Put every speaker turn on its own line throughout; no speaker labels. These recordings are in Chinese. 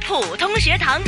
普通学堂。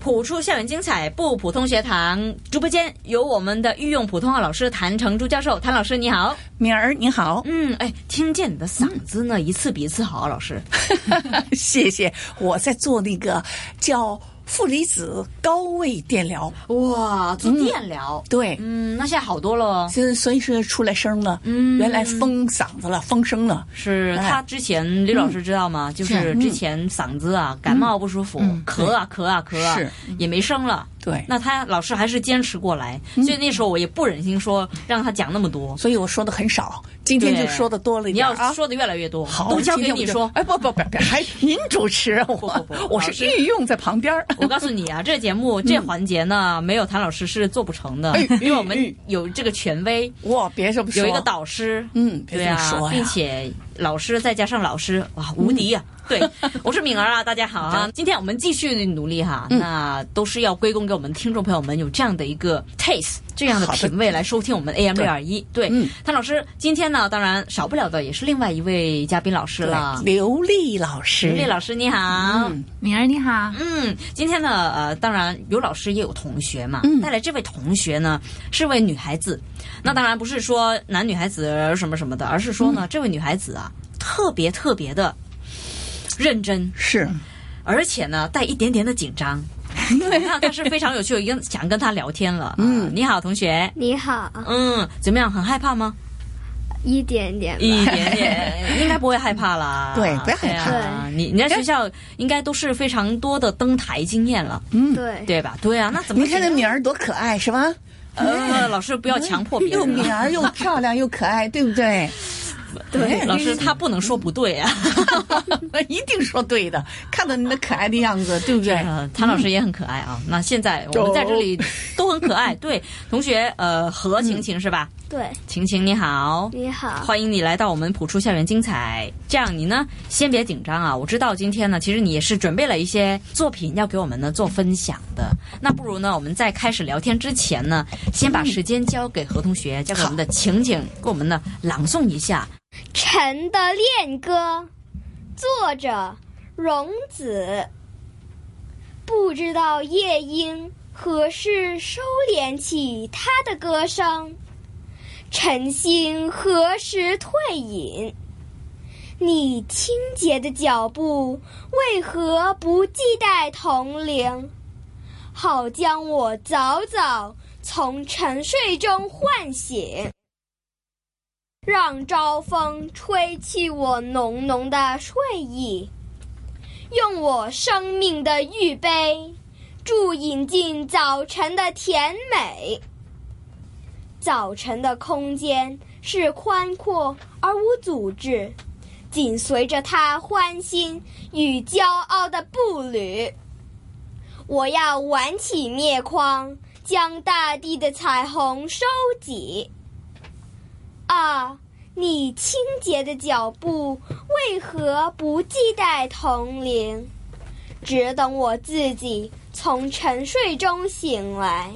普出校园精彩不普通学堂直播间有我们的御用普通话老师谭成珠教授，谭老师你好，
敏儿你好，
嗯，哎，听见你的嗓子呢，一次比一次好啊，老师，嗯
谢谢。我在做那个叫负离子高位电疗，
哇，做电疗，
对，
嗯，那现在好多了，
现在所以说出来声了，
嗯
原来封嗓子了，封声了，
是
哎
他之前刘老师知道吗？就是
是
之前嗓子啊感冒不舒服，咳啊咳啊咳啊
是，
也没声了。
对。
那他老师还是坚持过来，所以那时候我也不忍心说让他讲那么多，
所以我说的很少，今天就说的多了一
你
点
要
啊。
说的越来越多，
好，
都交
今
给
天我
你
就
说。
哎，不不不，不还您主持，我
不不
我
老师
是御用在旁边 儿。
我告诉你啊，这节目这环节呢，
嗯
没有谭老师是做不成的，因为我们有这个权威，
哇，别这么哎说，
有一个导师，
嗯别
对
这么说
啊，
呀嗯
并且老师再加上老师，哇，无敌呀、 对，我是敏儿啊，大家好啊！今天我们继续努力哈，
嗯
那都是要归功给我们听众朋友们有这样的一个 taste，这样的
好的
品味来收听我们 AM 六二一。对
嗯，
谭老师今天呢，当然少不了的也是另外一位嘉宾老师了
对，，刘丽老师，
李老师你好，
敏儿你好，
嗯，今天呢，呃，当然有老师也有同学嘛。
嗯
带来这位同学呢是位女孩子，那当然不是说男女孩子什么什么的，而是说呢，
嗯
这位女孩子啊特别特别的认真，
是
而且呢带一点点的紧 张。那但是非常有趣，我已经想跟他聊天了。嗯、你好，同学。
你好，
嗯，怎么样？很害怕 吗？
一点点吧。
一点点，应该不会害怕啦。
对哎不要害怕
对啊你你在学校应该都是非常多的登台经验了，
对，
对吧？对啊，那怎么
哎你看
紧
那
张
敏儿多可爱，是 吧？
呃，老师不要强迫别
又
人
敏
啊。
儿又漂亮又可爱，对不对？对
哎
嗯
老师他不能说不对啊。
那 一定说对的，看到你那可爱的样子，对不对？
呃，谭老师也很可爱啊。那现在我们在这里都很可
嗯
爱。对，同学，呃，何晴晴是吧？
对，
晴晴你好。
你好，
欢迎你来到我们普出校园精彩。这样你呢，先别紧张啊！我知道今天呢，其实你也是准备了一些作品要给我们呢做分享的。那不如呢，我们在开始聊天之前呢，先
嗯
把时间交给何同学，交给我们的晴晴，给我们呢朗诵一下。
《晨的恋歌》，作者荣子。不知道夜莺何时收敛起它的歌声，晨星何时退隐？你清洁的脚步为何不系带铜铃，好将我早早从沉睡中唤醒？让朝风吹去我浓浓的睡意，用我生命的玉杯注饮进早晨的甜美。早晨的空间是宽阔而无阻滞，紧随着他欢欣与骄傲的步履。我要挽起面框，将大地的彩虹收紧。啊，你清洁的脚步为何不系带铜铃？只等我自己从沉睡中醒来，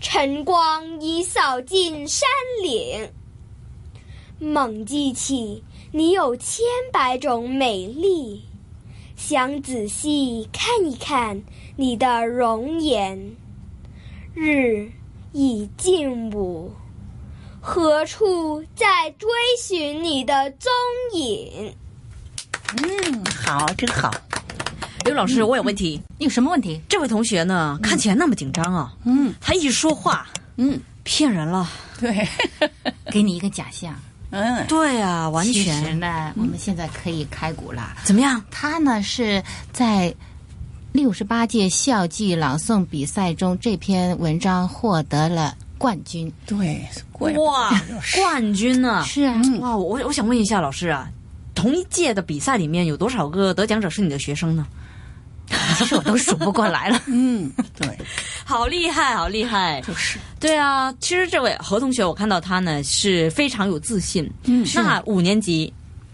晨光已扫尽山岭。猛记起你有千百种美丽，想仔细看一看你的容颜。日已近午。何处在追寻你的踪影？
嗯，好，真好。
刘老师，我有问题。
你有什么问 题？
这位同学呢，看起来那么紧张啊，
嗯
他一说话
嗯，
骗人了。
对，
给你一个假象。嗯
嗯，
对啊，完
其实
全
呢，我们现在可以开鼓了。
怎么样？
他呢是在六十八届校际朗诵比赛中，这篇文章获得了冠军。
对，过呀
哇，冠军呢、
是啊，
哇，我我想问一下老师啊，同一届的比赛里面有多少个得奖者是你的学生呢？
其实我都数不过来了。
嗯， 对，
好厉害，好厉害！
就是
对啊，其实这位何同学，我看到他呢是非常有自信。嗯，那五年级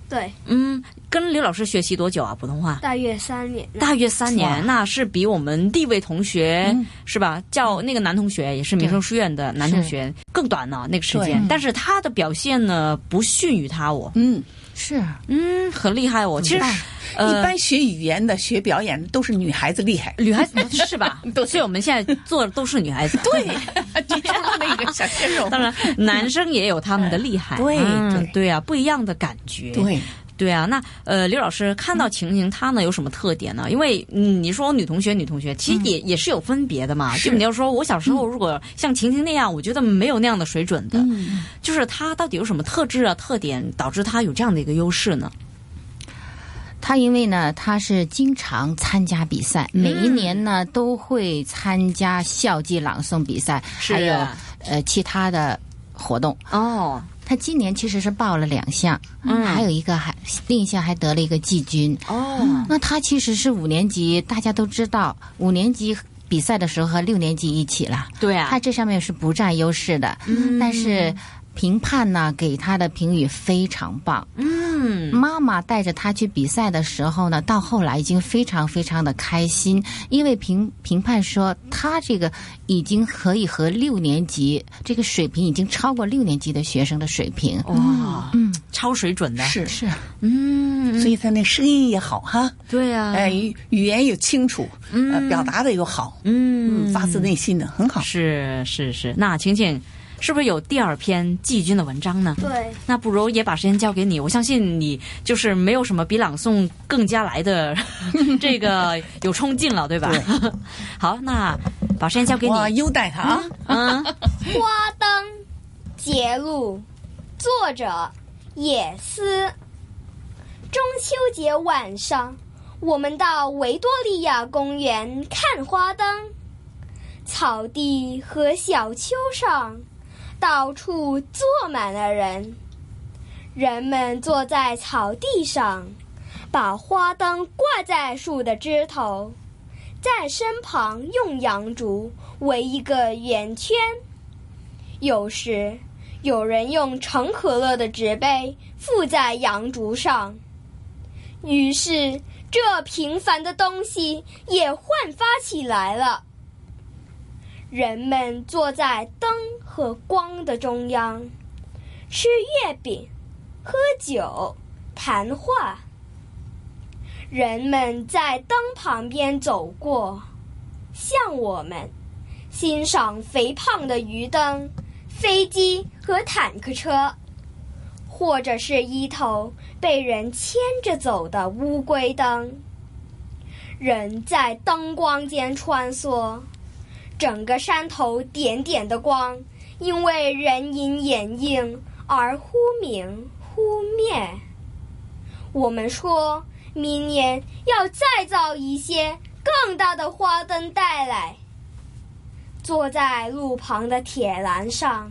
对，
嗯，跟刘老师学习多久啊？普通话？
大约三年。
大约三年，那是比我们地位同学、
嗯
是吧？叫那个男同学，也是民生书院的男同学，更短呢那个时间
对。
但是他的表现呢，不逊于他我，
嗯，
是啊
嗯，很厉害我。其实
怎么，
呃。
一般学语言的、学表演的都是女孩子厉 害
女孩子是 吧？所以我们现在做的都是女孩子。
对，你说的那个小鲜肉，
当然， 男生也有他们的厉害，
对
嗯
对
对啊，不一样的感觉，
对，
对啊。那呃，刘老师看到晴晴她呢有什么特点呢？因为嗯，你说女同学女同学，其实也、也嗯是有嗯分别的嘛。就你要说我小时候如果像晴晴那样，我觉得没有那样的水准的，就是她到底有什么特质啊特点，导致她有这样的一个优势呢？
他因为呢，他是经常参加比赛，每一年呢都会参加校际朗诵比赛，
是
还有呃其他的活动。
哦，
他今年其实是报了两项，
嗯
还有一个还另一项还得了一个季军。
哦，
那他其实是五年级，大家都知道，五年级比赛的时候和六年级一起了，
对啊
他，这上面是不占优势的。
嗯
但是评判呢给他的评语非常棒。
嗯，
妈妈带着他去比赛的时候呢，到后来已经非常非常的开心，因为评评判说他这个已经可以和六年级这个水平已经超过六年级的学生的水平。
哇，嗯，超水准的，
是，
是，
嗯，
所以他那声音也好哈，
对啊，
哎，语语言又清楚，呃，表达的又好，
嗯，
发自内心的很好。
是是是，那晴晴是不是有第二篇季军的文章呢？
对，
那不如也把时间交给你，我相信你就是没有什么比朗诵更加来 的这个有冲劲了，对吧？ 好，那把时间交给
哇，
你。
优待他啊！
嗯，
花灯节录，作者野思。中秋节晚上，我们到维多利亚公园看花灯，草地和小丘上到处坐满了人，人们坐在草地上，把花灯挂在树的枝头，在身旁用洋竹围一个圆圈。有时，有人用盛可乐的纸杯附在洋竹上，于是这平凡的东西也焕发起来了。人们坐在灯和光的中央，吃月饼，喝酒，谈话。人们在灯旁边走过，像我们。欣赏肥胖的鱼灯、飞机和坦克车，或者是一头被人牵着走的乌龟灯。人在灯光间穿梭，整个山头点点的光，因为人影掩映而忽明忽灭。我们说明年要再造一些更大的花灯带来。坐在路旁的铁栏上，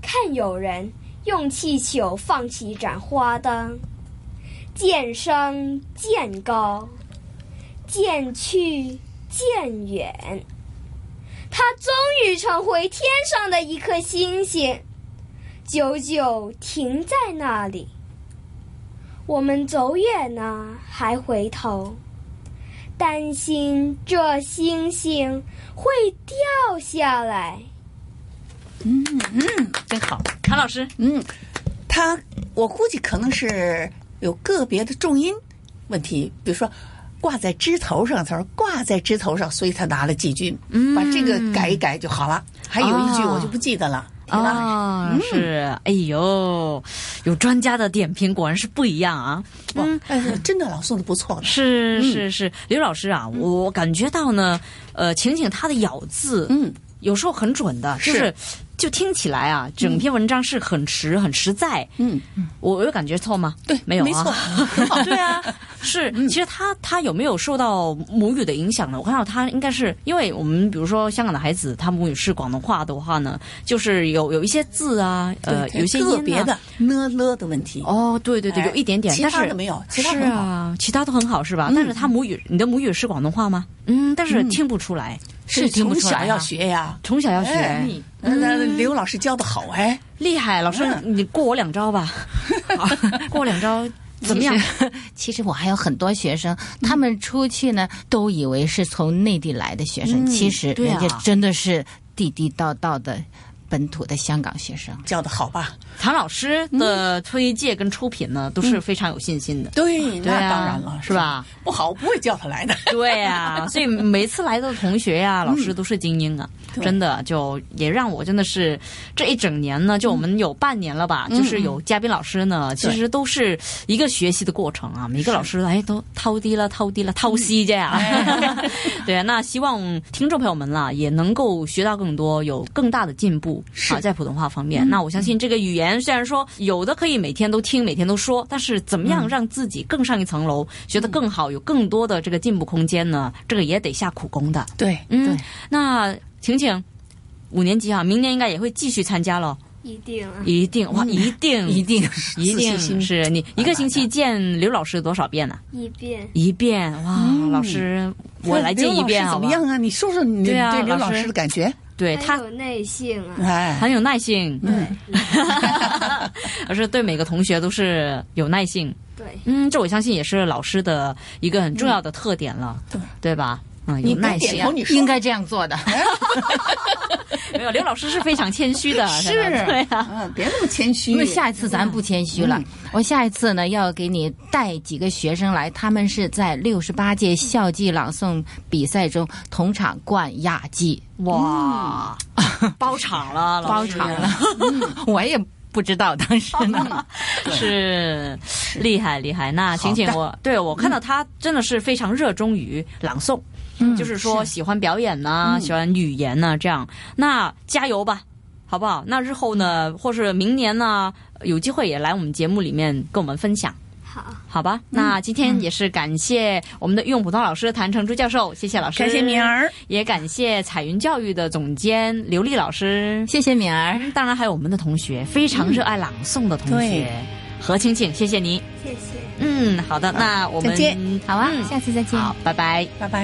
看有人用气球放起一盏花灯，渐升渐高，渐去渐远。它终于成为天上的一颗星星，久久停在那里。我们走远了，还回头。担心这星星会掉下来。
真好，
谭老师，
嗯，他我估计可能是有个别的重音问题，比如说挂在枝头上，他说挂在枝头上，所以他拿了季军，嗯把这个改一改就好了。还有一句
哦
我就不记得了，提拉海
啊、是，哎呦，有专家的点评，果然是不一样啊。
哇，哎真的朗诵的不错的，
是是是，刘老师
嗯
啊，我感觉到呢，呃，晴晴她的咬字，
嗯，
有时候很准的，就是
是
就听起来啊，整篇文章是很实很实在。
嗯，
我我有感觉错吗？
对，
没有
没错
啊。，对啊，是，
嗯
其实他他有没有受到母语的影响呢？我看到他应该是因为我们比如说香港的孩子，他母语是广东话的话呢，就是有有一些字啊， 呃，
对
有一些音、啊、
个别的呢了的问题，
哦，对对对，
哎
有一点点，
其
但
他
是
的没有其他
是
很好嗯
啊，其他都很好是吧？但是他母语，你的母语是广东话吗？嗯，但是听不出来，
是
听不
从
出来
小
啊
要，学呀。
从小要
哎
学，，嗯
那刘老师教的好哎，
厉害，老师
嗯
你过我两招吧，好过我两招怎么样？嗯
其实我 还有很多学生，他们出去呢，都以为是从内地来的学生，
嗯
其实
对
人
啊
家真的是地地道道的本土的香港学生。
教的好吧？
唐老师
嗯
的推介跟出品呢，都是非常有信心的。
对，
对
那
啊
当然了，
是吧？
不好，我不会叫他来的。
对 呀、所以每次来的同学呀、老师都是精英啊，
嗯对
真的就也让我真的是这一整年
嗯
呢，就我们有半年了吧，就是有嘉宾老师呢，其实都是一个学习的过程啊，每个老师哎都偷低了，偷低了，偷西这样。
嗯
对，那希望听众朋友们啦，也能够学到更多，有更大的进步啊，在普通话方面。
嗯
那我相信这个语言虽然说有的可以每天都听，每天都说，但是怎么
嗯
样让自己更上一层楼，学得更好，有更多的这个进步空间呢？这个也得下苦功的。
对，
嗯
对，
那晴晴。五年级啊，明年应该也会继续参加咯，
一定
嗯
啊，
一定哇，一定
一定
一
自信
定
心
是你一个星期见刘老师多少遍呢、
一遍。
一遍哇，老师，我来见一遍
嗯刘老师
好
怎
吧
么？样哎啊？你说说你
对啊
对刘
老
老
师
师的感觉？
对
很
他
有耐性啊，
哎，
很有耐性，
嗯，
而是对每个同学都是有耐性。
对，
嗯，这我相信也是老师的一个很重要的特点了，
对
对吧？嗯，有
你
耐
别
心
点。头，你说
应该这样 做的。
没有刘老师是非常谦虚的，
是
真的对啊。
嗯，别那么谦虚。
因为下一次咱不谦虚
嗯
了，我下一次呢要给你带几个学生来，他们是在六十八届校际朗诵比赛中同场冠亚季，
哇，包场了，老
包
师啊
场了， 我也不知道当时
嗯
呢。
是厉害厉害。那晴晴，
好的嗯
我对我看到她真的是非常热衷于朗诵，就是说喜欢表演呐、
嗯
喜欢语言呐、这样。那加油吧，好不好？那日后呢，
嗯
或是明年呢，有机会也来我们节目里面跟我们分享。
好，
好吧，
嗯
那今天也是感谢我们的御用普通老师谭成珠教授，谢谢老师，
感谢敏，儿，
也感谢彩云教育的总监刘丽老师，
谢谢敏儿，
当然还有我们的同学，非
嗯
常热爱朗诵的同学、何青青，谢谢你。
谢谢。
嗯，好的，那我们
再见
好啊，
嗯
下次再见。
好，拜拜。
拜拜。